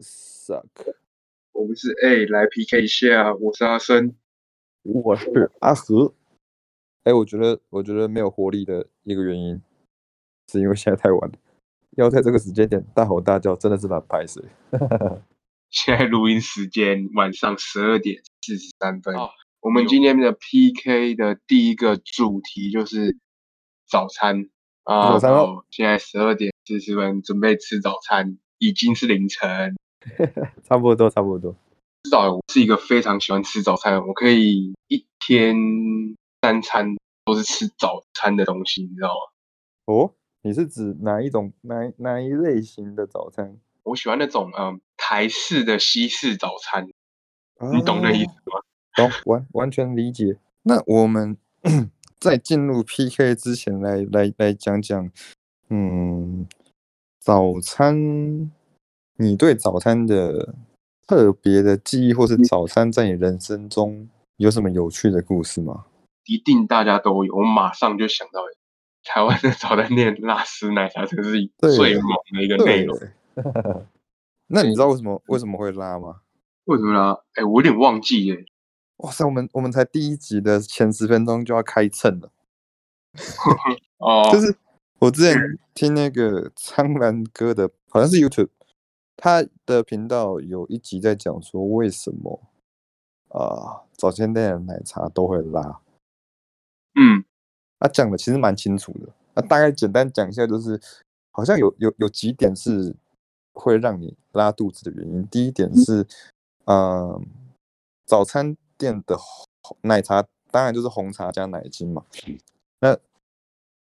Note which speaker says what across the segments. Speaker 1: Suck，
Speaker 2: 我们是 A 来 PK 一下，我是阿生。
Speaker 1: 我是阿和。哎，我觉得我觉得没有活力的一个原因，是因为现在太晚了。要在这个时间点大吼大叫，真的是蛮拍水。
Speaker 2: 现在录音时间晚上十二点四十三分。
Speaker 3: 哦
Speaker 2: 我们今天的 PK 的第一个主题就是早餐啊，
Speaker 1: 早餐哦
Speaker 2: 我现在十二点四十分，准备吃早餐，已经是凌晨。
Speaker 1: 差不多，差不多。
Speaker 2: 知道我是一个非常喜欢吃早餐的人，我可以一天三餐都是吃早餐的东西，你知道吗？
Speaker 1: 哦，你是指哪一种哪一哪一类型的早餐？
Speaker 2: 我喜欢那种嗯台式的西式早餐，你懂那意思
Speaker 1: 啊
Speaker 2: 吗？
Speaker 1: 懂，完完全理解。那我们 在进入 PK 之前来，来来讲讲，嗯，早餐，你对早餐的特别的记忆，或
Speaker 2: 嗯
Speaker 1: 是早餐在你人生中有什么有趣的故事吗？
Speaker 2: 一定大家都有，我马上就想到台湾的早餐店拉丝奶茶，这是
Speaker 1: 对
Speaker 2: 最猛的一个内容。
Speaker 1: 对。那你知道为什么为什么会拉吗？
Speaker 2: 为什么呢？哎、我有点忘记耶，
Speaker 1: 哇塞，我们我们才第一集的前十分钟就要开秤了。
Speaker 2: 哦，
Speaker 1: 就是我之前听那个苍兰哥的，好像是 YouTube，他的频道有一集在讲说为什么啊、早餐店的奶茶都会拉，
Speaker 2: 嗯，
Speaker 1: 他讲的其实蛮清楚的。那大概简单讲一下，就是好像有有有几点是会让你拉肚子的原因。第一点是，嗯、早餐店的红奶茶当然就是红茶加奶精嘛。那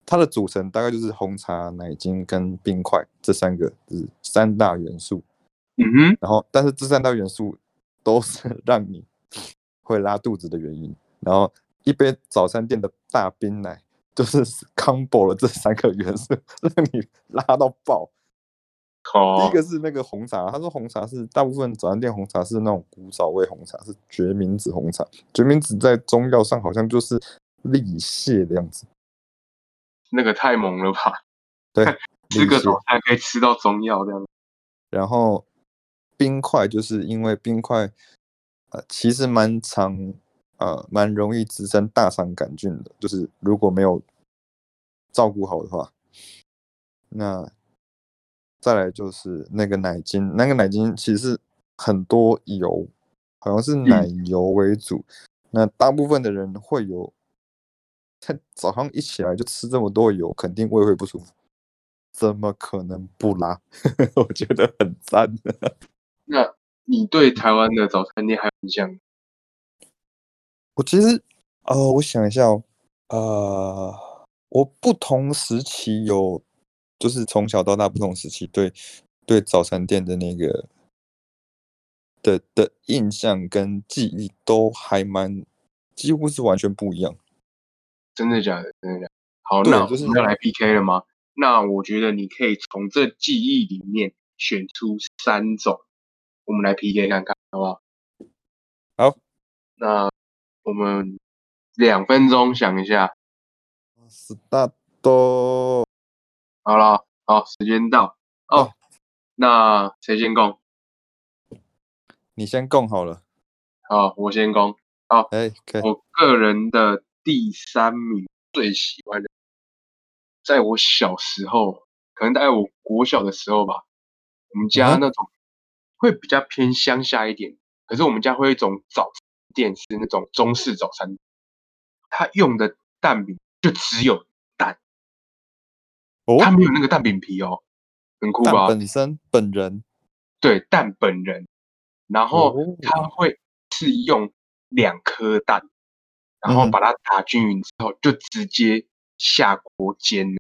Speaker 1: 它的组成大概就是红茶、奶精跟冰块这三个，就是三大元素。
Speaker 2: 嗯哼，
Speaker 1: 然后，但是这三大元素都是 让你会拉肚子的原因。然后，一杯早餐店的大冰奶就是 combo 了这三个元素，让你拉到爆。第
Speaker 2: 哦
Speaker 1: 一，个是那个红茶，他说红茶是大部分早餐店红茶是那种古早味红茶，是决明子红茶。决明子在中药上好像就是利泻的样子，
Speaker 2: 那个太猛了吧！，
Speaker 1: 对
Speaker 2: 吃
Speaker 1: 利
Speaker 2: 个
Speaker 1: 泻
Speaker 2: 早餐可以吃到中药这样。
Speaker 1: 然后冰块就是因为冰块，呃，其实蛮常，呃，蛮容易滋生大肠杆菌的，就是如果没有照顾好的话，那再来就是那个奶精，那个奶精其实很多油，好像是奶油为主，那大部分的人会有。他早上一起来就吃这么多油，肯定胃会不舒服，怎么可能不拉？ 我觉得很赞。
Speaker 2: 那你对台湾的早餐店还有印象？
Speaker 1: 我其实，呃，我想一下哦，呃，我不同时期有，就是从小到大不同时期对对早餐店的那个的的印象跟记忆都还蛮，几乎是完全不一样。
Speaker 2: 真的假的？真的假的？好，
Speaker 1: 对
Speaker 2: 那
Speaker 1: 就是
Speaker 2: 我们要来 PK 了吗？那我觉得你可以从这记忆里面选出三种，我们来 PK 看看，好不好？
Speaker 1: 好，
Speaker 2: 那我们两分钟想一下，
Speaker 1: 是大多
Speaker 2: 好了，好，时间到哦。
Speaker 1: 好
Speaker 2: 那谁先攻？
Speaker 1: 你先供好了，
Speaker 2: 好，我先攻。
Speaker 1: 哎，可以，
Speaker 2: 我个人的第三名最喜欢的，在我小时候，可能在我国小的时候吧，我
Speaker 1: 嗯
Speaker 2: 们家
Speaker 1: 哼
Speaker 2: 那种会比较偏乡下一点，可是我们家会有一种早餐店是那种中式早餐，它用的蛋饼就只有蛋，
Speaker 1: 哦，
Speaker 2: 它没有那个蛋饼皮哦，很酷
Speaker 1: 但
Speaker 2: 吧？
Speaker 1: 本身本人
Speaker 2: 对，蛋本人，然后
Speaker 1: 哦
Speaker 2: 它会是用两颗蛋，然后
Speaker 1: 嗯
Speaker 2: 把它打均匀之后，就直接下锅煎了。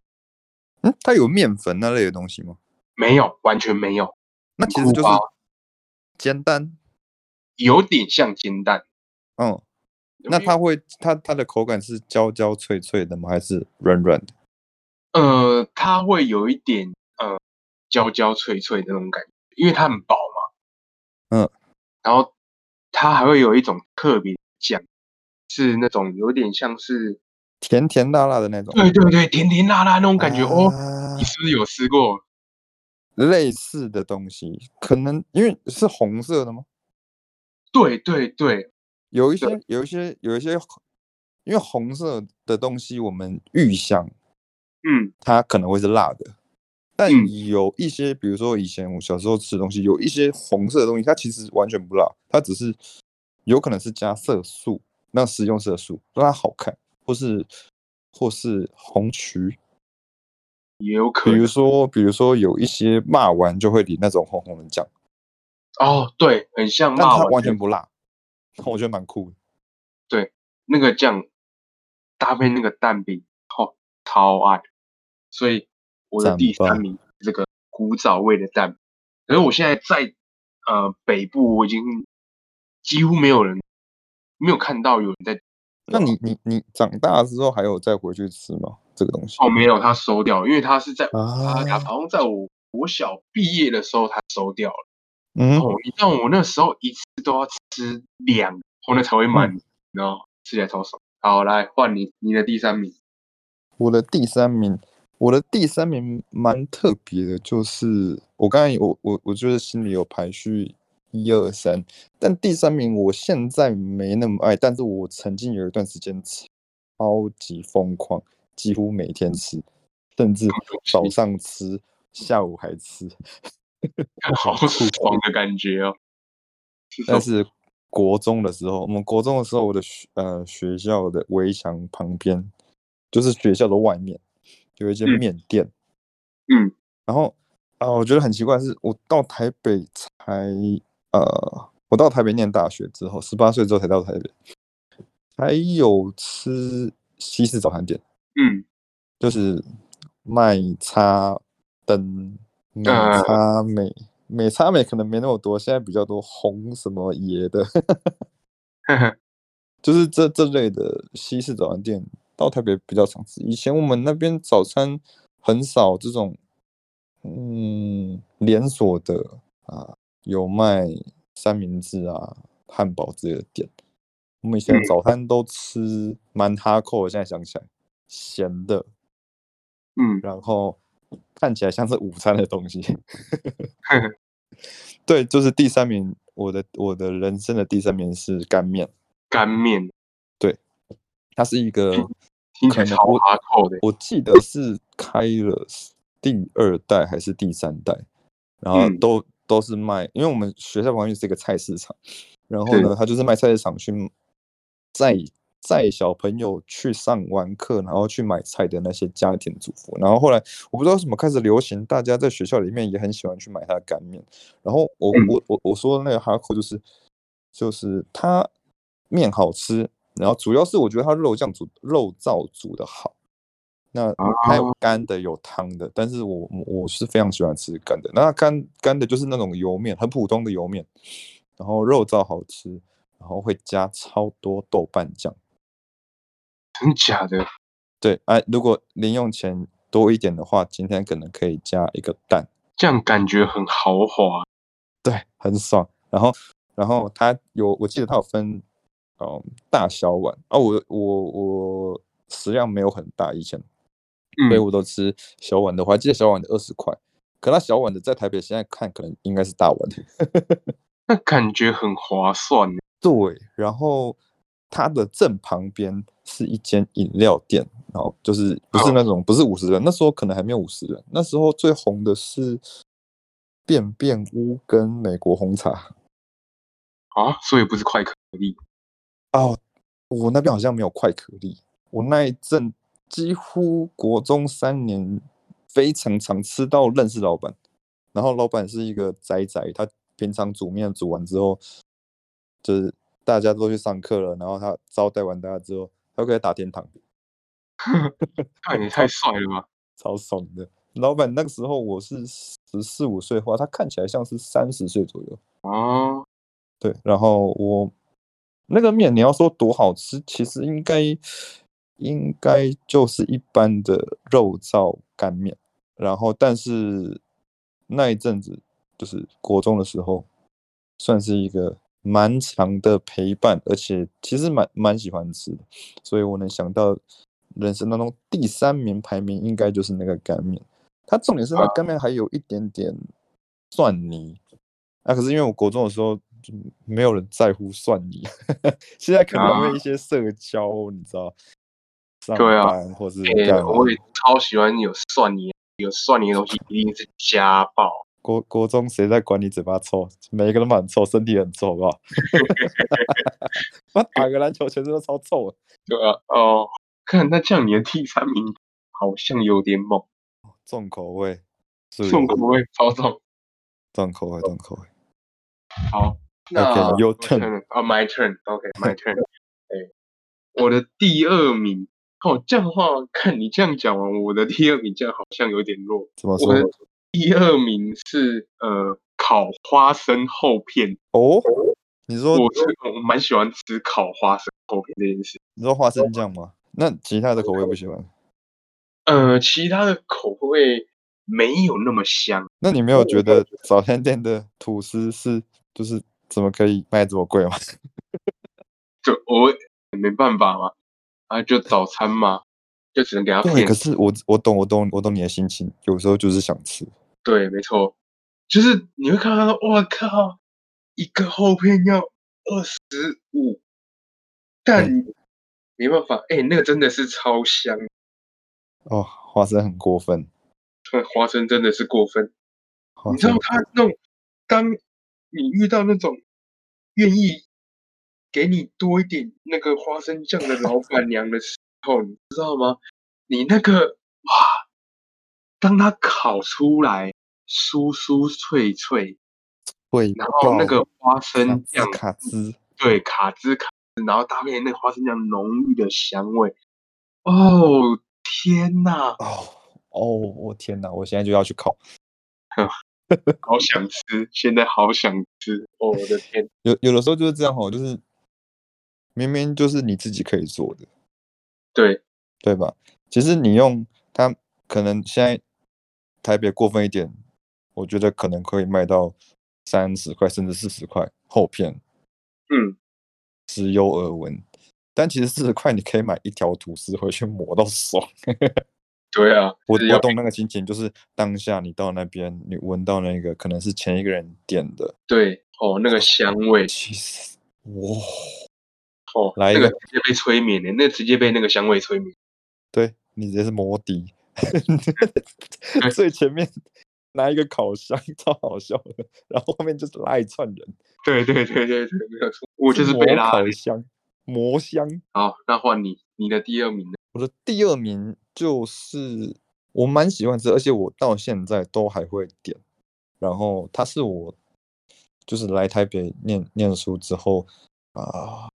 Speaker 1: 嗯，它有面粉那类的东西吗？
Speaker 2: 没有，完全没有，
Speaker 1: 那其实就是
Speaker 2: 吧
Speaker 1: 煎蛋，
Speaker 2: 有点像煎蛋。
Speaker 1: 嗯，那它会它它的口感是焦焦脆脆的吗？还是软软的？
Speaker 2: 呃，它会有一点呃焦焦脆脆的那种感觉，因为它很薄嘛。
Speaker 1: 嗯，
Speaker 2: 然后它还会有一种特别酱，是那种有点像是
Speaker 1: 甜甜辣辣的那种？
Speaker 2: 嗯对对对甜甜辣辣那种感觉、哦。
Speaker 1: 啊
Speaker 2: 你是不是有吃过？
Speaker 1: 类似的东西，可能因为是红色的吗？
Speaker 2: 对对对，
Speaker 1: 有一些，有一些，有一些，因为红色的东西，我们预想
Speaker 2: 嗯，
Speaker 1: 它可能会是辣的，但
Speaker 2: 嗯
Speaker 1: 有一些，比如说以前我小时候吃的东西，有一些红色的东西，它其实完全不辣，它只是有可能是加色素，让食用色素让它好看，或是或是红曲，
Speaker 2: 也有可
Speaker 1: 比
Speaker 2: 能
Speaker 1: 如说比如说有一些骂完就会淋那种红红的酱，
Speaker 2: 哦，对，很像
Speaker 1: 但
Speaker 2: 骂
Speaker 1: 它
Speaker 2: 完嗯
Speaker 1: 完
Speaker 2: 的
Speaker 1: 全不辣， 我觉得蛮酷的。
Speaker 2: 那个酱搭配那个蛋饼，哦，超爱。所以我的
Speaker 1: 赞
Speaker 2: 第
Speaker 1: 爆
Speaker 2: 三名是这个古早味的蛋饼。可是我现在在呃北部，我已经几乎没有人没有看到有人在
Speaker 1: 那你你你长大之后还有再回去吃吗？这个东西
Speaker 2: 哦，没有他收掉，因为他是在他他
Speaker 1: 啊，
Speaker 2: 好像在我国小毕业的时候他收掉了。
Speaker 1: 嗯，
Speaker 2: 哦，你知道我那时候一次都要吃两个，后来才会
Speaker 1: 嗯
Speaker 2: 满，然后吃起来超爽。好，来换你，你的第三名。
Speaker 1: 我的第三名，我的第三名蛮特别的，就是我刚才我我我就是心里有排序一二三，但第三名我现在没那么爱，但是我曾经有一段时间超级疯狂，几乎每天吃，甚至早上吃，下午还吃，
Speaker 2: 好爽的感觉哦。是什
Speaker 1: 但
Speaker 2: 么
Speaker 1: 是国中的时候，我们国中的时候，我的学呃学校的围墙旁边，就是学校的外面有一间
Speaker 2: 嗯
Speaker 1: 面店，
Speaker 2: 嗯，
Speaker 1: 然后啊、呃我觉得很奇怪的是，我到台北才呃，我到台北念大学之后，十八岁之后才到台北，才有吃西式早餐店，
Speaker 2: 嗯，
Speaker 1: 就是麦差灯、美
Speaker 2: 呃
Speaker 1: 差美、美差美可能没那么多，现在比较多红什么爷的。
Speaker 2: 呵呵，
Speaker 1: 就是这这类的西式早餐店到台北比较常吃。以前我们那边早餐很少这种，嗯，连锁的啊，有卖三明治啊、汉堡之类的店。我们以前
Speaker 2: 嗯
Speaker 1: 早餐都吃蛮哈扣的，现在想起来，咸的，
Speaker 2: 嗯，
Speaker 1: 然后看起来像是午餐的东西。
Speaker 2: 呵呵，
Speaker 1: 对，就是第三名，我的我的人生的第三名是干面，
Speaker 2: 干面
Speaker 1: 它是一个
Speaker 2: 听起
Speaker 1: 可
Speaker 2: 来
Speaker 1: 能
Speaker 2: 超
Speaker 1: 我
Speaker 2: 哈扣的。
Speaker 1: 我记得是开了第二代还是第三代，然后
Speaker 2: 嗯
Speaker 1: 都、都是卖，因为我们学校旁边是一个菜市场，然后
Speaker 2: 是
Speaker 1: 呢，他就是卖菜市场去载载小朋友去上完课，然后去买菜的那些家庭主妇，然后后来我不知道为什么开始流行，大家在学校里面也很喜欢去买他的干面，然后我、
Speaker 2: 嗯
Speaker 1: 我我我说的那个哈口就是就是它面好吃，然后主要是我觉得它肉酱煮肉燥煮的好，那它有干的有汤的，但是我我我是非常喜欢吃干的，那干干的就是那种油面，很普通的油面，然后肉燥好吃，然后会加超多豆瓣酱。
Speaker 2: 真假的？
Speaker 1: 对，哎、如果零用钱多一点的话，今天可能可以加一个蛋，
Speaker 2: 这样感觉很豪华。
Speaker 1: 对，很爽。然后，然后它有，我记得它有分，嗯，大小碗。哦，我我我食量没有很大，以前，所以
Speaker 2: 嗯，
Speaker 1: 我都吃小碗的。我还记得小碗的二十块，可那小碗的在台北现在看可能应该是大碗。
Speaker 2: 那感觉很划算呢。
Speaker 1: 对，然后它的正旁边是一间饮料店，然后就是不是
Speaker 2: 哦
Speaker 1: 那种不是五十人，那时候可能还没有五十人，那时候最红的是便便屋跟美国红茶。
Speaker 2: 啊，所以不是快可力。
Speaker 1: 哦，我那边好像没有快可力，我那一阵几乎国中三年非常常吃到认识老板，然后老板是一个宅宅，他平常煮面煮完之后，就是大家都去上课了，然后他招待完大家之后，他会给他打天堂，
Speaker 2: 看也太帅了吧！
Speaker 1: 超爽的。老板那个时候我是十四五岁的话，他看起来像是三十岁左右。
Speaker 2: 啊，
Speaker 1: 对，然后我那个面你要说多好吃，其实应该应该就是一般的肉燥干面，然后但是那一阵子就是国中的时候，算是一个蛮长的陪伴，而且其实蛮蛮喜欢吃的，所以我能想到人生当中第三名排名应该就是那个干面，它重点是它
Speaker 2: 啊
Speaker 1: 干面还有一点点蒜泥啊，可是因为我国中的时候就没有人在乎蒜泥， 现在可能因为一些社交，你知道，上
Speaker 2: 对啊
Speaker 1: 班或是
Speaker 2: 哎、
Speaker 1: 干嘛，
Speaker 2: 我也超喜欢有蒜泥，有蒜泥的东西一定是家暴。
Speaker 1: 国国中谁在管你嘴巴臭？每一个人都蛮臭，身体很臭，好不好？ 妈打个篮球，全身都超臭的，
Speaker 2: 对啊，哦，看那这样你的第三名好像有点猛，
Speaker 1: 重口味，是不是
Speaker 2: 重口味超重。
Speaker 1: 重口味，重口味。
Speaker 2: 好，那
Speaker 1: your
Speaker 2: 我 turn 啊、m y turn，OK，my、turn。哎，我的第二名，哦，这样的话，看你这样讲完，我的第二名这样好像有点弱。
Speaker 1: 怎么说
Speaker 2: 我？的第二名是呃烤花生厚片，
Speaker 1: 哦，你说
Speaker 2: 我是我蛮喜欢吃烤花生厚片这件事。
Speaker 1: 你说花生酱吗？那其他的口味不喜欢？
Speaker 2: 呃，其他的口味没有那么香，
Speaker 1: 那你没有觉得早餐店的吐司是就是怎么可以卖这么贵吗？
Speaker 2: 就我没办法嘛，啊，就早餐嘛，就只能给他
Speaker 1: 对，
Speaker 2: 骗
Speaker 1: 可。是我我懂，我懂，我懂你的心情，有时候就是想吃。
Speaker 2: 对，没错，就是你会看到，哇靠，一个厚片要二十五，但你没办法，哎、那个真的是超香，
Speaker 1: 哦，花生很过分，
Speaker 2: 对花生真的是过分。
Speaker 1: 花
Speaker 2: 你知道
Speaker 1: 生
Speaker 2: 他那种，当你遇到那种愿意给你多一点那个花生酱的老板娘的时候，你知道吗？你那个哇，当它烤出来酥酥脆脆，
Speaker 1: 会
Speaker 2: 然后那
Speaker 1: 爆
Speaker 2: 个嗯花
Speaker 1: 卡
Speaker 2: 生
Speaker 1: 兹
Speaker 2: 酱
Speaker 1: 卡兹，
Speaker 2: 对卡兹卡兹，然后搭配那花生酱浓郁的香味，哦天呐，
Speaker 1: 哦哦，我天哪！我现在就要去烤。
Speaker 2: 好想吃，现在好想吃，哦我的天，
Speaker 1: 有有的时候就是这样哦，就是明明就是你自己可以做的，
Speaker 2: 对，
Speaker 1: 对吧？其实你用它，可能现在台北过分一点，我觉得可能可以卖到三十块甚至四十块厚片，
Speaker 2: 嗯，
Speaker 1: 之优而闻。但其实四十块你可以买一条吐司回去磨到爽。
Speaker 2: 对啊，
Speaker 1: 我
Speaker 2: 就是
Speaker 1: 我
Speaker 2: 要
Speaker 1: 懂那个心情，就是当下你到那边，你闻到那个可能是前一个人点的
Speaker 2: 对哦，那个香味
Speaker 1: 其实哇，
Speaker 2: 哦，
Speaker 1: 来一
Speaker 2: 那个
Speaker 1: 个
Speaker 2: 直接被催眠的，那直接被那个香味催眠。
Speaker 1: 对你直接是摩的，最前面拿一个烤箱，超好笑的，然后后面就是拉一串人，
Speaker 2: 对对对对对，没有错，我就是
Speaker 1: 磨
Speaker 2: 被拉
Speaker 1: 烤
Speaker 2: 的。
Speaker 1: 箱，磨香。
Speaker 2: 好，那换你，你的第二名呢？
Speaker 1: 我的第二名就是我蛮喜欢吃，而且我到现在都还会点。然后它是我就是来台北念念书之后啊、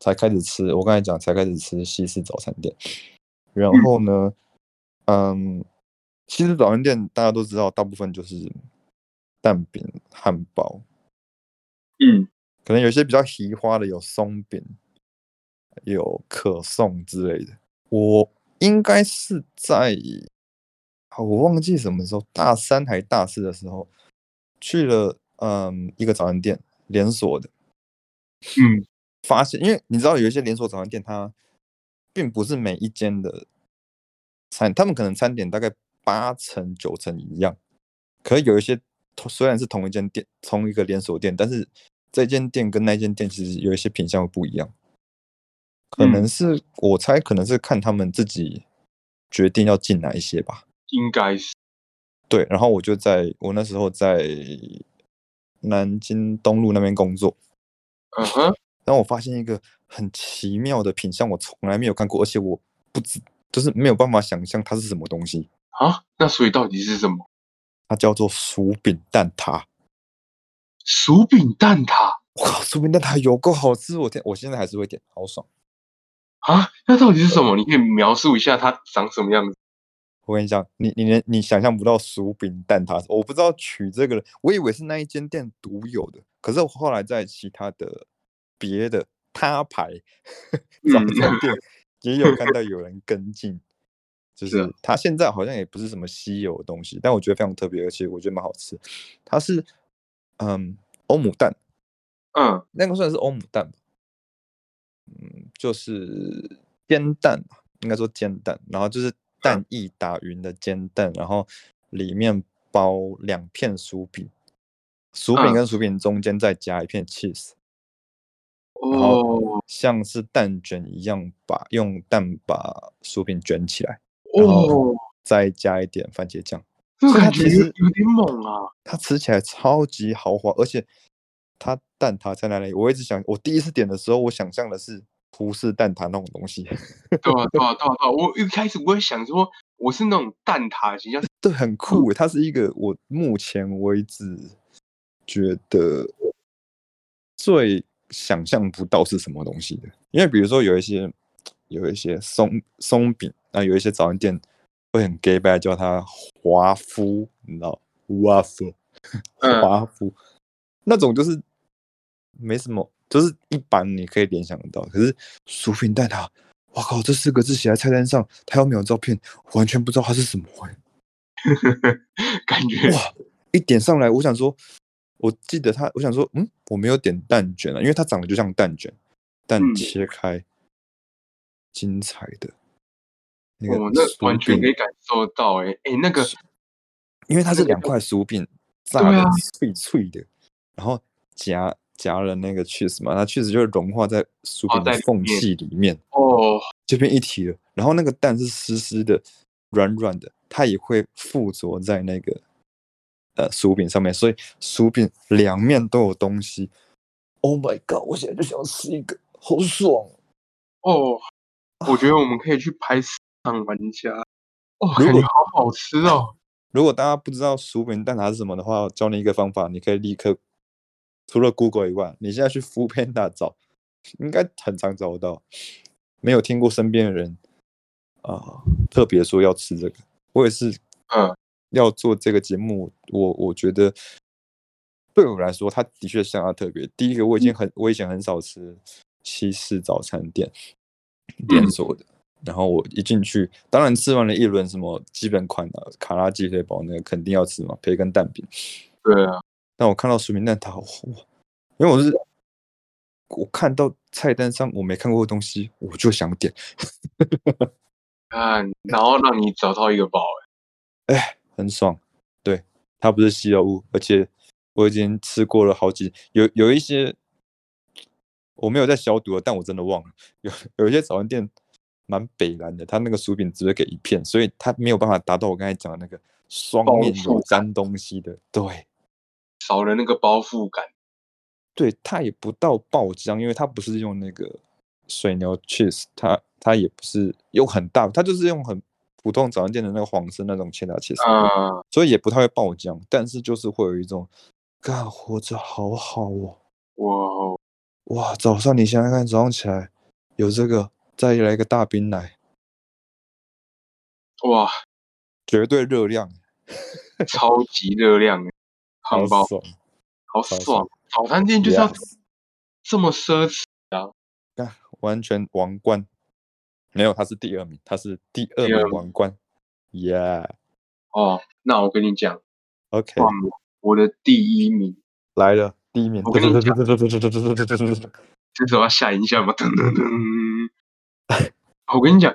Speaker 1: 才开始吃。我刚才讲才开始吃西式早餐店，然后呢，嗯，西式早餐店大家都知道，大部分就是蛋饼、汉堡，
Speaker 2: 嗯，
Speaker 1: 可能有一些比较奇花的，有松饼，有可颂之类的。我应该是在，啊我忘记什么时候，大三还大四的时候，去了嗯一个早餐店，连锁的，
Speaker 2: 嗯，
Speaker 1: 发现，因为你知道有一些连锁早餐店，它并不是每一间的餐，他们可能餐点大概八成九成一样，可是有一些同虽然是同一间店，同一个连锁店，但是这间店跟那间店其实有一些品相会不一样，可能
Speaker 2: 嗯
Speaker 1: 是、我猜，可能是看他们自己决定要进哪一些吧。
Speaker 2: 应该是
Speaker 1: 对，然后我就在我那时候在南京东路那边工作，
Speaker 2: 嗯哼，
Speaker 1: 然后我发现一个很奇妙的品相，我从来没有看过，而且我不知就是没有办法想象它是什么东西。
Speaker 2: 啊，那所以到底是什么？
Speaker 1: 它叫做薯饼蛋挞。
Speaker 2: 薯饼蛋挞
Speaker 1: 我靠，薯饼蛋挞有够好吃！我天，我现在还是会点，好爽。
Speaker 2: 啊？那到底是什么？你可以描述一下它长什么样子？
Speaker 1: 我跟你讲，你你连你想象不到薯饼蛋挞，我不知道取这个，我以为是那一间店独有的，可是我后来在其他的别的他牌早
Speaker 2: 嗯
Speaker 1: 餐店也有看到有人跟进，就是
Speaker 2: 啊
Speaker 1: 是它现在好像也不是什么稀有的东西，但我觉得非常特别，而且我觉得蛮好吃。它是嗯欧姆蛋，
Speaker 2: 嗯，
Speaker 1: 那个算是欧姆蛋吧，嗯，就是煎蛋吧，应该说煎蛋，然后就是蛋液打匀的煎蛋，然后里面包两片薯饼，薯饼
Speaker 2: 嗯
Speaker 1: 跟薯饼中间再加一片 cheese，、
Speaker 2: 哦
Speaker 1: 像是蛋卷一样把用蛋把薯饼卷起来，然后
Speaker 2: 哦，
Speaker 1: 再加一点番茄酱。
Speaker 2: 这个
Speaker 1: 所以它
Speaker 2: 感觉
Speaker 1: 其实
Speaker 2: 有点猛啊！
Speaker 1: 它吃起来超级豪华，而且它蛋挞在哪里？我一直想，我第一次点的时候，我想象的是葡式蛋挞那种东西，
Speaker 2: 对啊，对啊，对啊，对啊！我一开始我也想说，我是那种蛋挞形象，
Speaker 1: 对，很酷欸耶。它是一个我目前为止觉得最想象不到是什么东西的，因为比如说有一些有一些松松饼，那有一些早餐店会很 gay 白叫它华夫，你知道华夫
Speaker 2: 嗯
Speaker 1: 华夫、那种就是没什么，就是一般你可以联想得到，可是薯饼蛋挞。我靠！这四个字写在菜单上，它又没有照片，完全不知道它是什么、欸。
Speaker 2: 感觉
Speaker 1: 哇，一点上来，我想说，我记得他，我想说，嗯，我没有点蛋卷啊，因为它长得就像蛋卷，蛋
Speaker 2: 嗯
Speaker 1: 切开，精彩的那个
Speaker 2: 我哦那
Speaker 1: 薯
Speaker 2: 完全
Speaker 1: 饼
Speaker 2: 可以感受到、欸，哎、哎，那个
Speaker 1: 因为它是
Speaker 2: 那个
Speaker 1: 两块薯饼炸
Speaker 2: 对
Speaker 1: 的
Speaker 2: 啊
Speaker 1: 脆脆的，然后夹夹了那个 cheese 嘛，它 cheese 就会融化在薯
Speaker 2: 哦
Speaker 1: 饼的
Speaker 2: 在里
Speaker 1: 缝
Speaker 2: 面
Speaker 1: 隙里面，
Speaker 2: 哦，
Speaker 1: 这边一体了。然后那个蛋是湿湿的、软软的，它也会附着在那个呃薯饼上面，所以薯饼两面都有东西。Oh my god！我现在就想吃一个，好爽！
Speaker 2: 哦，我觉得我们可以去拍《时尚玩家》哦，
Speaker 1: 如
Speaker 2: 感
Speaker 1: 果
Speaker 2: 觉好好吃 哦。
Speaker 1: 如果大家不知道薯饼蛋挞是什么的话，我教你一个方法，你可以立刻除了 Google 以外，你现在去 f o o Panda 找，应该很常找得到。没有听过身边的人啊、特别说要吃这个，我也是
Speaker 2: 嗯，
Speaker 1: 要做这个节目，我我觉得对我来说，它的确相当特别。第一个，我已
Speaker 2: 嗯
Speaker 1: 经很我以前很少吃西式早餐店连
Speaker 2: 嗯
Speaker 1: 锁的，然后我一进去，当然吃完了一轮什么基本款的、卡拉鸡腿堡，那个肯定要吃嘛，培根蛋饼。
Speaker 2: 对啊，
Speaker 1: 但我看到薯饼蛋挞，哇！因为我是我看到菜单上我没看过的东西，我就想点，
Speaker 2: 看，然后让你找到一个宝、欸，
Speaker 1: 很爽。对，它不是稀有物，而且我已经吃过了好几，有有一些我没有在消毒了，但我真的忘了，有有一些早餐店蛮北蓝的，它那个薯饼只会给一片，所以它没有办法达到我刚才讲的那个双
Speaker 2: 饱
Speaker 1: 面
Speaker 2: 腹
Speaker 1: 有
Speaker 2: 感
Speaker 1: 沾东西的，对。
Speaker 2: 少了那个包覆感。
Speaker 1: 对，它也不到爆浆，因为它不是用那个水牛 cheese，它它也不是用很大，它就是用很普通早餐店的那个黄色那种切达 cheese，、
Speaker 2: 嗯，
Speaker 1: 所以也不太会爆浆，但是就是会有一种，干活着好好哦，
Speaker 2: 我
Speaker 1: 哇，早上你想想看，早上起来有这个，再来一个大冰奶，
Speaker 2: 哇，
Speaker 1: 绝对热量，
Speaker 2: 超级热量、欸，
Speaker 1: 好
Speaker 2: 汉堡
Speaker 1: 爽，
Speaker 2: 好
Speaker 1: 超
Speaker 2: 爽。早餐店就是要
Speaker 1: Yes
Speaker 2: 这么奢侈，
Speaker 1: 干完全王冠，没有，他是第二名，他是第二
Speaker 2: 第二
Speaker 1: 名
Speaker 2: 名
Speaker 1: 王冠，Yeah，OK、
Speaker 2: 哦。那我跟你讲， 换我我的第一名，
Speaker 1: 来了，第一名。
Speaker 2: 我跟你讲
Speaker 1: 讲，
Speaker 2: 这时候要下一下嘛，噔噔噔。我跟你讲，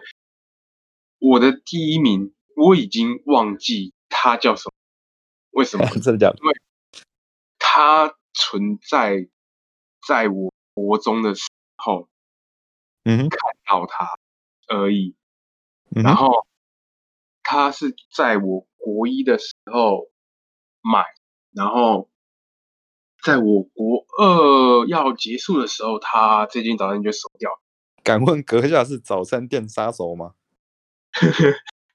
Speaker 2: 我的第一名我已经忘记它叫什么，为什么？
Speaker 1: 真的假的？
Speaker 2: 它存在在我国中的时候
Speaker 1: 嗯哼，
Speaker 2: 到它而已，
Speaker 1: 嗯
Speaker 2: 然
Speaker 1: 哼
Speaker 2: 后它是在我国一的时候买，然后在我国二要结束的时候，它这间早餐店就收掉了，
Speaker 1: 敢问阁下是早餐店杀手吗？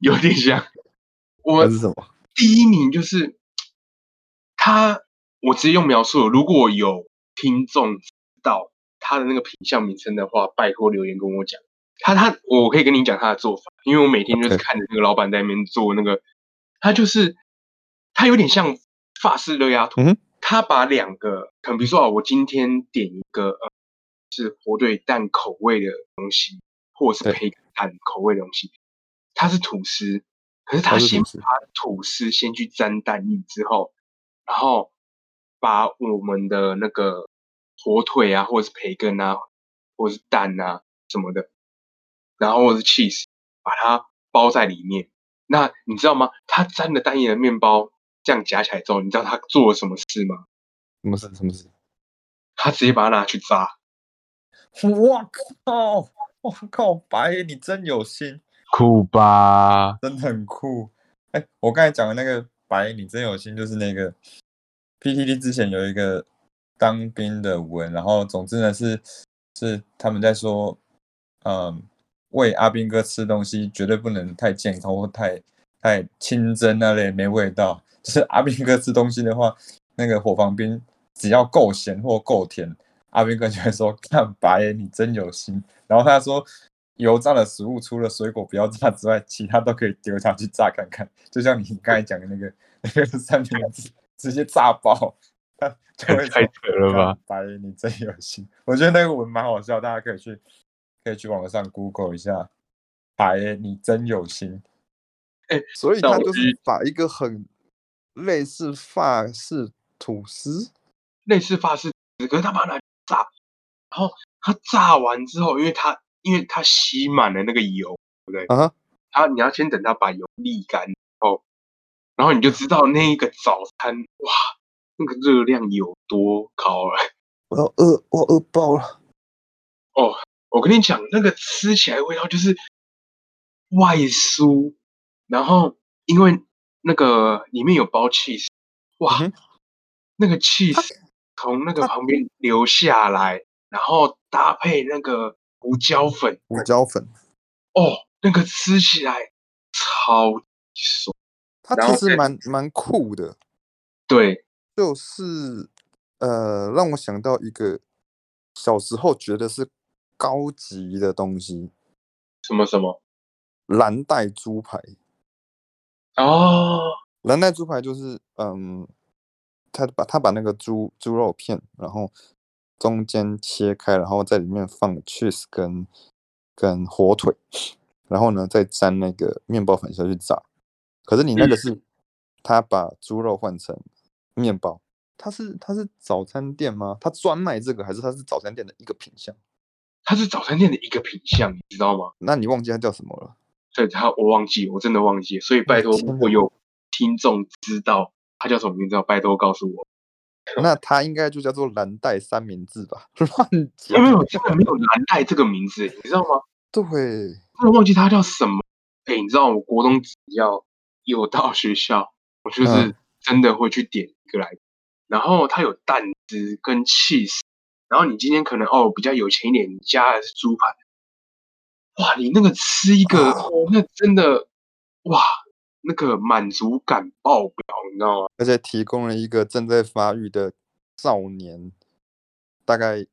Speaker 2: 有点像我
Speaker 1: 还是什么？
Speaker 2: 第一名就是他，我直接用描述了。如果有听众知道他的那个品相名称的话，拜托留言跟我讲。他他，我可以跟你讲他的做法，因为我每天就是
Speaker 1: OK
Speaker 2: 看着那个老板在那边做那个，他就是他有点像法式热压
Speaker 1: 嗯
Speaker 2: 图
Speaker 1: 哼，
Speaker 2: 他把两个，可能比如说啊，我今天点一个呃是火腿蛋口味的东西，或者
Speaker 1: 对
Speaker 2: 是培根蛋口味的东西，它是吐司，可是
Speaker 1: 它
Speaker 2: 他
Speaker 1: 是吐
Speaker 2: 先把
Speaker 1: 司
Speaker 2: 吐司先去沾蛋液之后，然后把我们的那个火腿啊，或者是培根啊，或者是蛋啊什么的，然后或者是 cheese，把它包在里面。那你知道吗？他沾了单一的面包，这样夹起来之后，你知道他做了什么事吗？
Speaker 1: 什么事？什么事？
Speaker 2: 他直接把它拿去炸。
Speaker 1: 我靠！我靠！白爷，你真有心，
Speaker 3: 酷吧？
Speaker 1: 真的很酷。哎、我刚才讲的那个白爷，你真有心，就是那个 PTT 之前有一个当兵的文，然后总之呢是是他们在说，嗯，喂阿兵哥吃东西绝对不能太健康或太太清蒸那类没味道。就是阿兵哥吃东西的话，那个伙房兵只要够咸或够甜，阿兵哥就会说：“看白爷，你真有心。”然后他说，油炸的食物除了水果不要炸之外，其他都可以丢下去炸看看。就像你刚才讲的那个那个三明治，直接炸爆，他就会说
Speaker 3: 太扯了吧？
Speaker 1: 干白爷，你真有心。我觉得那个文蛮好笑，大家可以去可以去网络上 Google 一下。白爷，你真有心。
Speaker 2: 所哎
Speaker 1: 所以他就是把一个很类似法式吐司，
Speaker 2: 类似法式，可是他把它拿去炸，然后他炸完之后，因为它因为它吸满了那个油，
Speaker 1: 啊哈，
Speaker 2: 它你要先等它把油沥干之后，然后你就知道那一个早餐哇，那个热量有多高了。
Speaker 1: 我要饿，我饿爆了。
Speaker 2: 我跟你讲，那个吃起来味道就是外酥，然后因为那个里面有包 cheese，哇，
Speaker 1: 嗯
Speaker 2: 那个 cheese 从那个
Speaker 1: 它
Speaker 2: 旁边流下来，然后搭配那个胡椒粉，
Speaker 1: 胡椒粉，
Speaker 2: 哦，那个吃起来超爽。
Speaker 1: 它
Speaker 2: 然后
Speaker 1: 其实
Speaker 2: 再
Speaker 1: 蛮蛮酷的，
Speaker 2: 对，
Speaker 1: 就是呃，让我想到一个小时候觉得是高级的东西
Speaker 2: 什么什么
Speaker 1: ——蓝带猪排。
Speaker 2: 哦，
Speaker 1: 蓝带猪排就是，嗯，他把他把那个猪猪肉片，然后中间切开，然后在里面放 cheese 跟跟火腿，然后呢再沾那个面包粉下去炸。可是你那个是，他把猪肉换成面包，他是他是早餐店吗？他专卖这个，还是他是早餐店的一个品相？
Speaker 2: 它是早餐店的一个品相，你知道吗？
Speaker 1: 那你忘记它叫什么了？
Speaker 2: 对它，我忘记，我真的忘记了，所以拜托，
Speaker 1: 天
Speaker 2: 如果
Speaker 1: 哪
Speaker 2: 有听众知道它叫什么名字，拜托告诉我。
Speaker 1: 那它应该就叫做蓝带三明治吧？ 乱
Speaker 2: 没有没有，
Speaker 1: 讲，
Speaker 2: 真的没有蓝带这个名字，你知道吗？
Speaker 1: 对。
Speaker 2: 真的忘记它叫什么。哎、你知道我国中只要有到学校，我就是
Speaker 1: 嗯
Speaker 2: 真的会去点一个来，然后它有蛋汁跟 cheese，然后你今天可能哦比较有钱一点，你加的是猪排，哇，你那个吃一个，
Speaker 1: 啊
Speaker 2: 哦、那真的哇，那个满足感爆表，你知道吗？
Speaker 1: 而且提供了一个正在发育的少年，大概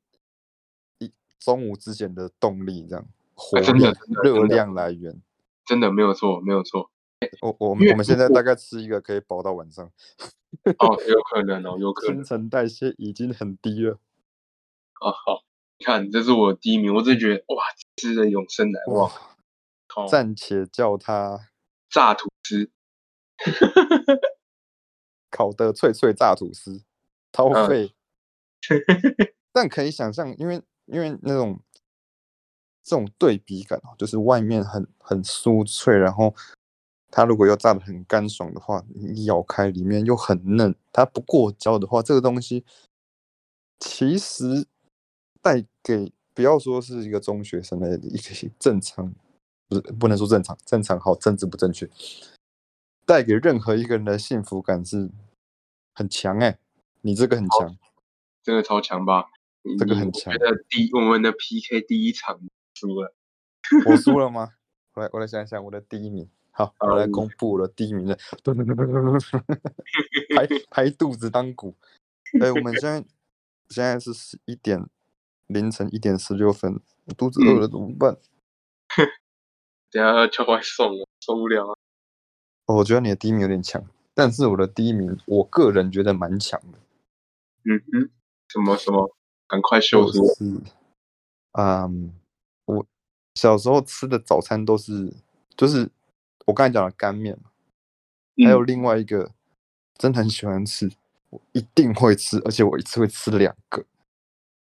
Speaker 1: 一中午之前的动力，这样活
Speaker 2: 啊真的
Speaker 1: 量、
Speaker 2: 真的
Speaker 1: 热
Speaker 2: 真的
Speaker 1: 量来源。
Speaker 2: 真的没有错，没有错。
Speaker 1: 我我们
Speaker 2: 因为
Speaker 1: 我们现
Speaker 2: 如
Speaker 1: 在
Speaker 2: 果
Speaker 1: 大概吃一个可以饱到晚上，
Speaker 2: 哦，有可能哦，有可能
Speaker 1: 新。陈代谢已经很低了。
Speaker 2: 啊，好，你看，这是我第一名，我真的觉得哇，吃的永生难忘，
Speaker 1: 哇，
Speaker 2: 好
Speaker 1: 暂且叫它
Speaker 2: 炸吐司，
Speaker 1: 烤的脆脆炸吐司，掏
Speaker 2: 嗯
Speaker 1: 肺。但可以想象，因为因为那种这种对比感哦，就是外面很很酥脆，然后它如果又炸的很干爽的话，你咬开里面又很嫩，它不过焦的话，这个东西其实带给不要说是一个中学生的一个正常，不是不能说正常，正常好政治不正确，带给任何一个人的幸福感是很强哎、你这个很强。
Speaker 2: 真的超强吧？你
Speaker 1: 这个
Speaker 2: 你
Speaker 1: 很
Speaker 2: 我
Speaker 1: 强
Speaker 2: 觉得第我们的 PK 第一场输了，
Speaker 1: 我输了吗？ 我来，我来想一想我的第一名。好，我来
Speaker 2: 嗯
Speaker 1: 公布我的第一名了。 噔噔噔噔噔噔噔拍拍肚子当鼓。哎、我们现在现在是十一点，凌晨一点十六分，肚子饿了怎么办？
Speaker 2: 等一下要叫外送了，受不了啊！
Speaker 1: 哦，我觉得你的第一名有点强，但是我的第一名，我个人觉得蛮强的。
Speaker 2: 嗯哼，什么什么，赶快秀
Speaker 1: 就
Speaker 2: 出
Speaker 1: 是，嗯，我小时候吃的早餐都是，就是我刚才讲的干面嘛，还有
Speaker 2: 嗯
Speaker 1: 另外一个真的很喜欢吃，我一定会吃，而且我一次会吃两个，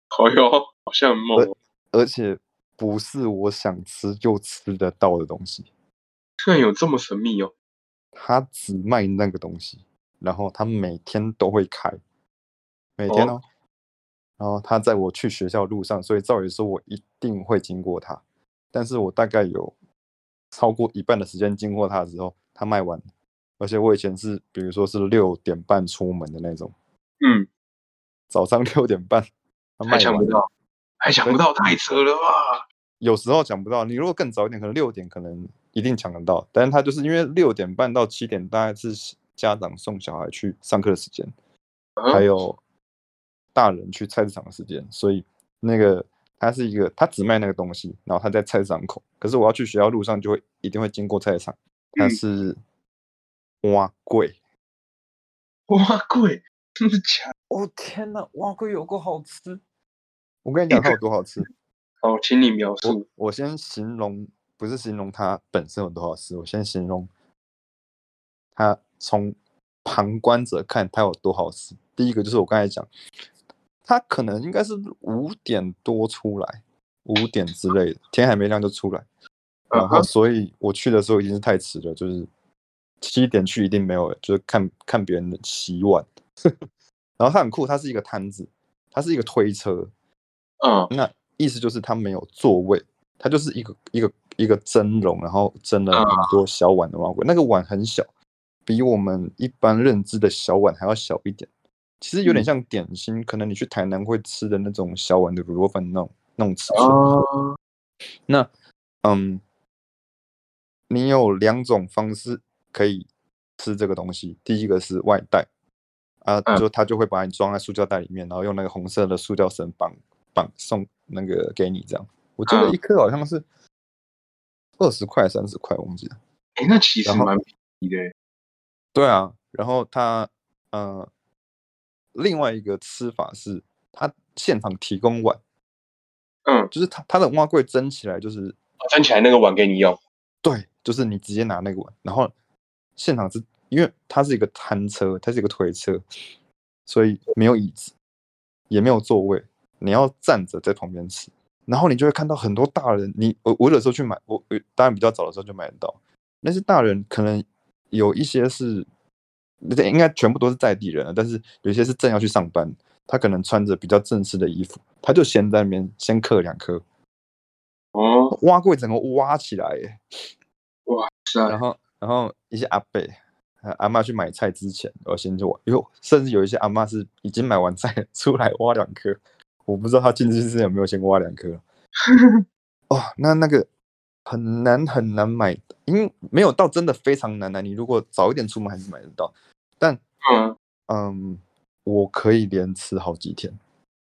Speaker 2: 好哟，好像很猛哦，
Speaker 1: 而且不是我想吃就吃得到的东西。
Speaker 2: 居然有这么神秘哦！
Speaker 1: 他只卖那个东西，然后他每天都会开，每天
Speaker 2: 哦
Speaker 1: 哦。然后他在我去学校路上，所以照理说我一定会经过他，但是我大概有超过一半的时间经过他的时候，他卖完了。而且我以前是，比如说是六点半出门的那种，
Speaker 2: 嗯，
Speaker 1: 早上 六点半，他卖
Speaker 2: 还想
Speaker 1: 完
Speaker 2: 不
Speaker 1: 了
Speaker 2: 到，还想不到，太扯了吧？
Speaker 1: 有时候抢不到，你如果更早一点，可能六点可能一定抢得到，但是他就是因为六点半到七点大概是家长送小孩去上课的时间，
Speaker 2: 嗯
Speaker 1: 还有大人去菜市场的时间，所以那个他是一个他只卖那个东西，然后他在菜市场口，可是我要去学校路上就会一定会经过菜市场，它
Speaker 2: 嗯
Speaker 1: 是蛙贵，
Speaker 2: 哇贵，真的假的？
Speaker 1: 哦天呐，蛙贵有够好吃！我跟你讲它有多好吃，
Speaker 2: 好，请你描
Speaker 1: 我
Speaker 2: 述。
Speaker 1: 我先形容，不是形容它本身有多好吃，我先形容它从旁观者看它有多好吃。第一个就是我刚才讲，它可能应该是五点多出来，五点之类的，天还没亮就出来。然
Speaker 2: 嗯
Speaker 1: 后，
Speaker 2: 哼，
Speaker 1: 所以我去的时候已经是太迟了，就是七点去一定没有了，就是看看别人的洗碗。 然后它很酷，它是一个摊子，它是一个推车，
Speaker 2: 嗯，
Speaker 1: 那意思就是它没有座位，它就是一个一个一个蒸笼，然后蒸了
Speaker 2: 啊
Speaker 1: 很多小碗的碗柜，那个碗很小，比我们一般认知的小碗还要小一点，其实有点
Speaker 2: 嗯
Speaker 1: 像点心，可能你去台南会吃的那种小碗的卤肉饭那种那种尺寸。
Speaker 2: 哦，
Speaker 1: 那嗯，你有两种方式可以吃这个东西，第一个是外带，啊，
Speaker 2: 嗯
Speaker 1: 就他就会把你装在塑胶袋里面，然后用那个红色的塑胶绳绑绑送那个给你，这样。我记得
Speaker 2: 嗯
Speaker 1: 一颗好像是二十块三十块，我忘记了。
Speaker 2: 哎，那其实
Speaker 1: 然后
Speaker 2: 蛮便宜的欸。
Speaker 1: 对啊，然后他呃，另外一个吃法是他现场提供碗，
Speaker 2: 嗯，
Speaker 1: 就是他他的蛙柜蒸起来就是
Speaker 2: 站起来那个碗给你用。
Speaker 1: 对，就是你直接拿那个碗，然后现场是因为它是一个摊车，它是一个推车，所以没有椅子，也没有座位，你要站着在旁边吃。然后你就会看到很多大人，你我我有时候去买，我我当然比较早的时候就买得到，那些大人可能有一些是，应该全部都是在地人了，但是有一些是正要去上班，他可能穿着比较正式的衣服，他就先在那边先刻两颗，
Speaker 2: 哦，
Speaker 1: 挖柜整个挖起来耶，
Speaker 2: 哇塞，
Speaker 1: 然后然后一些阿伯、呃阿妈去买菜之前，我先就挖，有甚至有一些阿妈是已经买完菜了 出来挖两颗，我不知道她进去之前有没有先挖两颗。哦，那那个很难很难买，因为没有到真的非常难啊难。你如果早一点出门还是买得到，但
Speaker 2: 嗯，
Speaker 1: 嗯，我可以连吃好几天。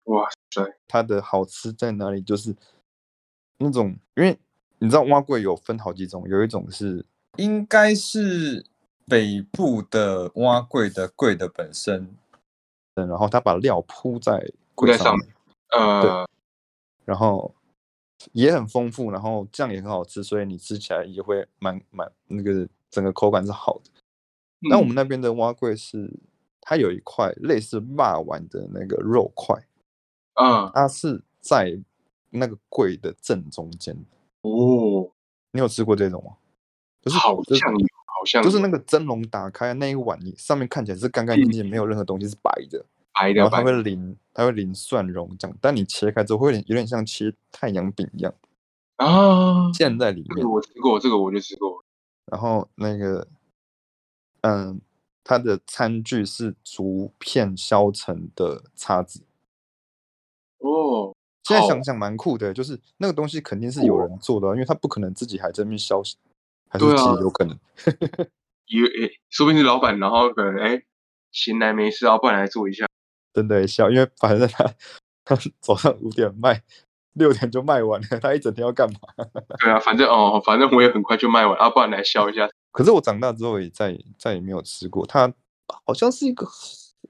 Speaker 2: 哇塞，
Speaker 1: 它的好吃在哪里？就是那种，因为你知道蛙桂有分好几种，有一种是应该是北部的蛙桂的桂的本身，嗯，然后它把料铺在
Speaker 2: 铺
Speaker 1: 桂
Speaker 2: 在上
Speaker 1: 面，
Speaker 2: 呃，
Speaker 1: 然后也很丰富，然后酱也很好吃，所以你吃起来也会蛮蛮那个整个口感是好的。那我
Speaker 2: 嗯
Speaker 1: 们那边的蛙桂是它有一块类似霸丸的那个肉块，
Speaker 2: 嗯，
Speaker 1: 它是在那个柜的正中间。
Speaker 2: 哦，
Speaker 1: 你有吃过这种吗？就是
Speaker 2: 好
Speaker 1: 就是
Speaker 2: 像有，好像
Speaker 1: 就是那
Speaker 2: 有嗯
Speaker 1: 个蒸笼打开那一碗，你上面看起来是干干净净，没有任何东西是白的，
Speaker 2: 白
Speaker 1: 然
Speaker 2: 的
Speaker 1: 后它
Speaker 2: 白的，
Speaker 1: 嗯会淋它会淋蒜蓉酱，但你切开之后会有点有点像切太阳饼一
Speaker 2: 嗯
Speaker 1: 样
Speaker 2: 啊，
Speaker 1: 嵌在里
Speaker 2: 这
Speaker 1: 面
Speaker 2: 个。我吃过，这个我就吃过。
Speaker 1: 然后那个，嗯，它的餐具是竹片削成的叉子，
Speaker 2: 哦，
Speaker 1: 现在
Speaker 2: 好
Speaker 1: 想想蛮酷的，就是那个东西肯定是有
Speaker 2: 酷哦
Speaker 1: 人做的啊，因为他不可能自己还在那边削，还是
Speaker 2: 对
Speaker 1: 其
Speaker 2: 啊
Speaker 1: 实有可能。
Speaker 2: 也诶，说不定是老板，然后可能哎，闲来没事，要啊不然来做一下。
Speaker 1: 真的笑，因为反正他他早上五点卖，六点就卖完了，他一整天要干嘛？
Speaker 2: 对啊，反正哦，反正我也很快就卖完，啊要不然来削一下。
Speaker 1: 可是我长大之后也再再也没有吃过，它好像是一个，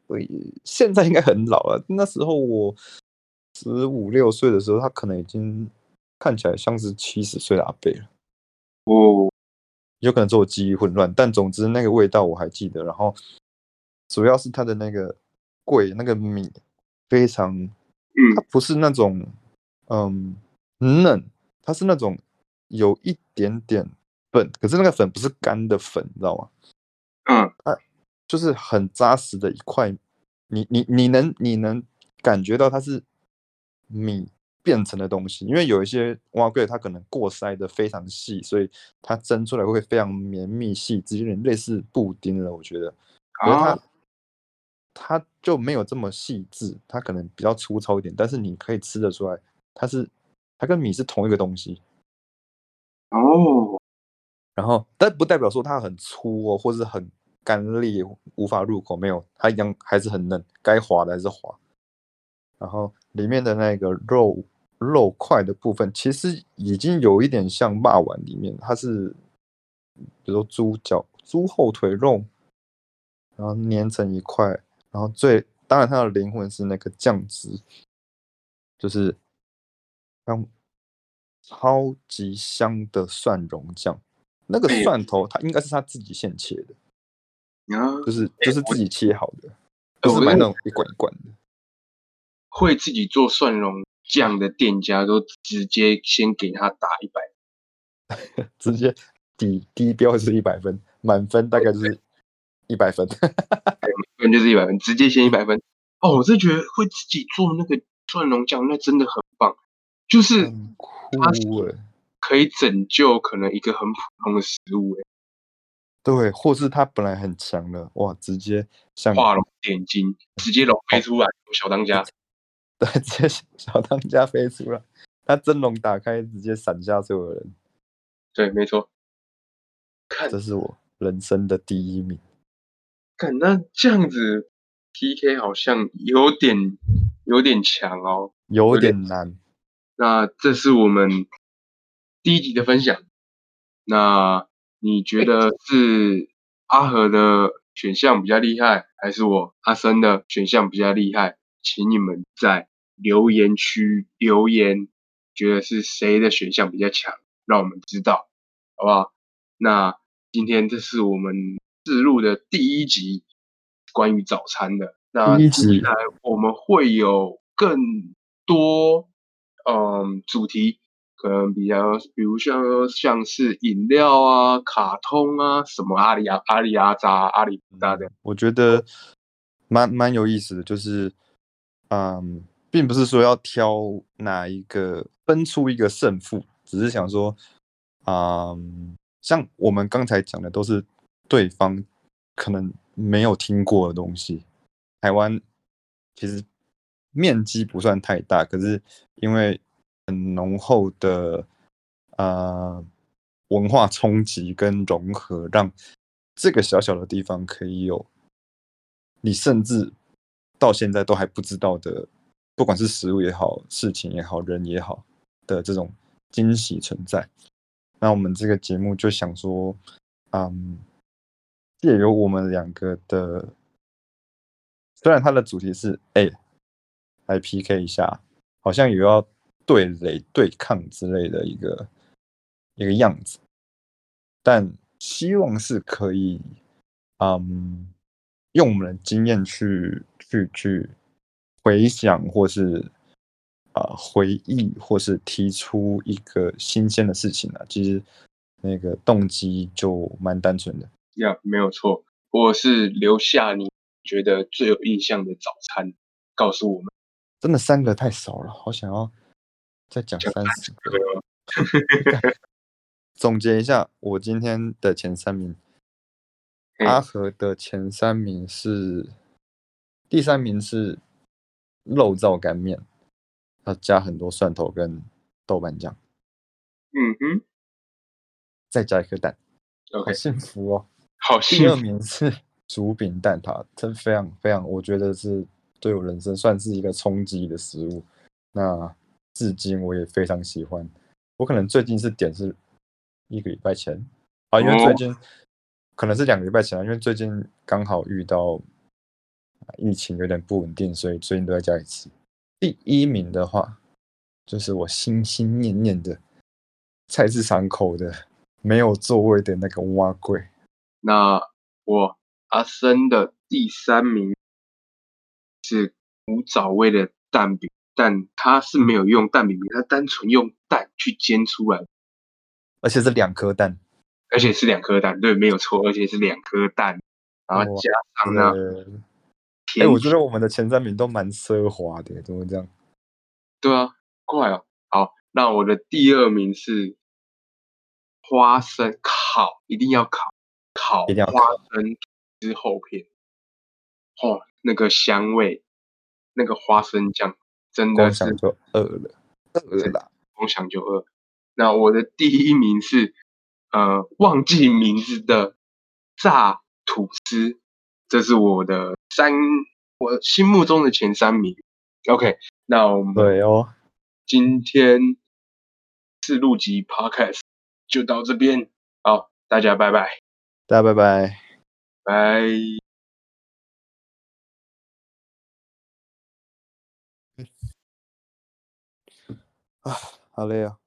Speaker 1: 呃现在应该很老了。那时候我十五六岁的时候，他可能已经看起来像是七十岁的阿伯了。
Speaker 2: 哦，
Speaker 1: 有可能是我记忆混乱，但总之那个味道我还记得。然后主要是它的那个贵那个米非常，它不是那种嗯嫩，它是那种有一点点粉，可是那个粉不是干的粉，你知道吗？
Speaker 2: 嗯，
Speaker 1: 就是很扎实的一块，你你你能你能感觉到它是米变成的东西，因为有一些蛙龟它可能过筛的非常细，所以它蒸出来会非常绵密细致，有点类似布丁了，我觉得。可是它、
Speaker 2: 啊，
Speaker 1: 它就没有这么细致，它可能比较粗糙一点，但是你可以吃得出来，它是它跟米是同一个东西。
Speaker 2: 哦，
Speaker 1: 然后，但不代表说它很粗哦，或是很干裂无法入口，没有，它一样还是很嫩，该滑的还是滑。然后里面的那个肉肉块的部分，其实已经有一点像霸碗里面，它是比如说猪脚、猪后腿肉，然后粘成一块，然后最当然它的灵魂是那个酱汁，就是像超级香的蒜蓉酱。那个
Speaker 2: 哎
Speaker 1: 蒜头，它应该是他自己现切的，
Speaker 2: 啊，
Speaker 1: 就是就是自己切好的，
Speaker 2: 哎
Speaker 1: 不
Speaker 2: 我
Speaker 1: 是买
Speaker 2: 跟
Speaker 1: 那
Speaker 2: 你
Speaker 1: 种一罐一罐的。
Speaker 2: 会自己做蒜蓉酱的店家都直接先给他打一百，
Speaker 1: 直接底低标是一百分，满分大概就是一百分。
Speaker 2: 分就是一百分，直接先一百分。哦，我是觉得会自己做那个蒜蓉酱，那真的很棒，就是
Speaker 1: 很酷哎、
Speaker 2: 可以拯救可能一个很普通的食物、欸，
Speaker 1: 对，或是他本来很强的，哇，直接像
Speaker 2: 画龙点睛，直接龙飞出来，小当家。
Speaker 1: 对， 直接小当家飞出来，他真龙打开，直接闪下所有人，
Speaker 2: 对，没错。看
Speaker 1: 这是我人生的第一名。
Speaker 2: 看，那这样子 PK 好像有点有点强哦。
Speaker 1: 有
Speaker 2: 有点
Speaker 1: 点难，
Speaker 2: 那这是我们第一集的分享。那你觉得是阿和的选项比较厉害，还是我阿生的选项比较厉害？请你们在留言区留言，觉得是谁的选项比较强，让我们知道，好不好？那今天这是我们自录的第一集，关于早餐的。那
Speaker 1: 第一
Speaker 2: 接
Speaker 1: 集
Speaker 2: 下来我们会有更多嗯主题，可能比较，比如像像是饮料啊、卡通啊、什么阿里阿阿里阿扎、阿里不扎的，
Speaker 1: 我觉得蛮蛮有意思的，就是，嗯，并不是说要挑哪一个分出一个胜负，只是想说，嗯，像我们刚才讲的都是对方可能没有听过的东西。台湾其实面积不算太大，可是因为很浓厚的呃文化冲击跟融合，让这个小小的地方可以有你甚至到现在都还不知道的，不管是食物也好、事情也好、人也好的这种惊喜存在。那我们这个节目就想说，嗯，借由我们两个的，虽然它的主题是哎、来 PK 一下，好像有要对垒、对抗之类的一个一个样子，但希望是可以，嗯，用我们的经验去去去回想，或是啊、呃回忆，或是提出一个新鲜的事情啊。其实那个动机就蛮单纯的。
Speaker 2: 呀、没有错。或是留下你觉得最有印象的早餐，告诉我们。
Speaker 1: 真的三个太少了，好想要再讲三十个。 总结一下，我今天的前三名，
Speaker 2: 嘿
Speaker 1: 阿和的前三名是，第三名是肉燥干面，要加很多蒜头跟豆瓣酱，
Speaker 2: 嗯哼
Speaker 1: 再加一颗蛋，好
Speaker 2: ，OK，
Speaker 1: 幸福哦。
Speaker 2: 好
Speaker 1: 第
Speaker 2: 幸
Speaker 1: 二
Speaker 2: 福
Speaker 1: 名是 薯饼蛋挞，这非常非常，我觉得是对我人生算是一个冲击的食物。那至今我也非常喜欢。我可能最近是点是一个礼拜前啊，因为最
Speaker 2: 哦
Speaker 1: 近、可能是两个礼拜前啊，因为最近刚好遇到啊疫情有点不稳定，所以最近都在家里吃。第一名的话，就是我心心念念的菜市场口的没有座位的那个蛙柜。
Speaker 2: 那我阿生的第三名是无藻味的蛋饼，但它是没有用蛋饼皮，它单纯用蛋去煎出来的。
Speaker 1: 而且是两颗蛋，
Speaker 2: 而且是两颗蛋，对，没有错，而且是两颗蛋，然后
Speaker 1: 哇
Speaker 2: 加上那
Speaker 1: 哦对哎、
Speaker 2: 甜
Speaker 1: 我觉得我们的前三名都蛮奢华的，怎么这样？
Speaker 2: 对啊，怪哦。好，那我的第二名是花生烤，一定要烤，烤
Speaker 1: 一定要
Speaker 2: 花生之后片，哦，那个香味，那个花生酱真的
Speaker 1: 光
Speaker 2: 是
Speaker 1: 想就饿了，饿了啦。
Speaker 2: 光想就饿。那我的第一名是呃忘记名字的炸吐司，这是我的三我心目中的前三名。OK，那我们
Speaker 1: 对哦，
Speaker 2: 今天是录集 Podcast 就到这边，好，大家拜拜，
Speaker 1: 大家拜拜。
Speaker 2: 拜。
Speaker 1: 好累啊。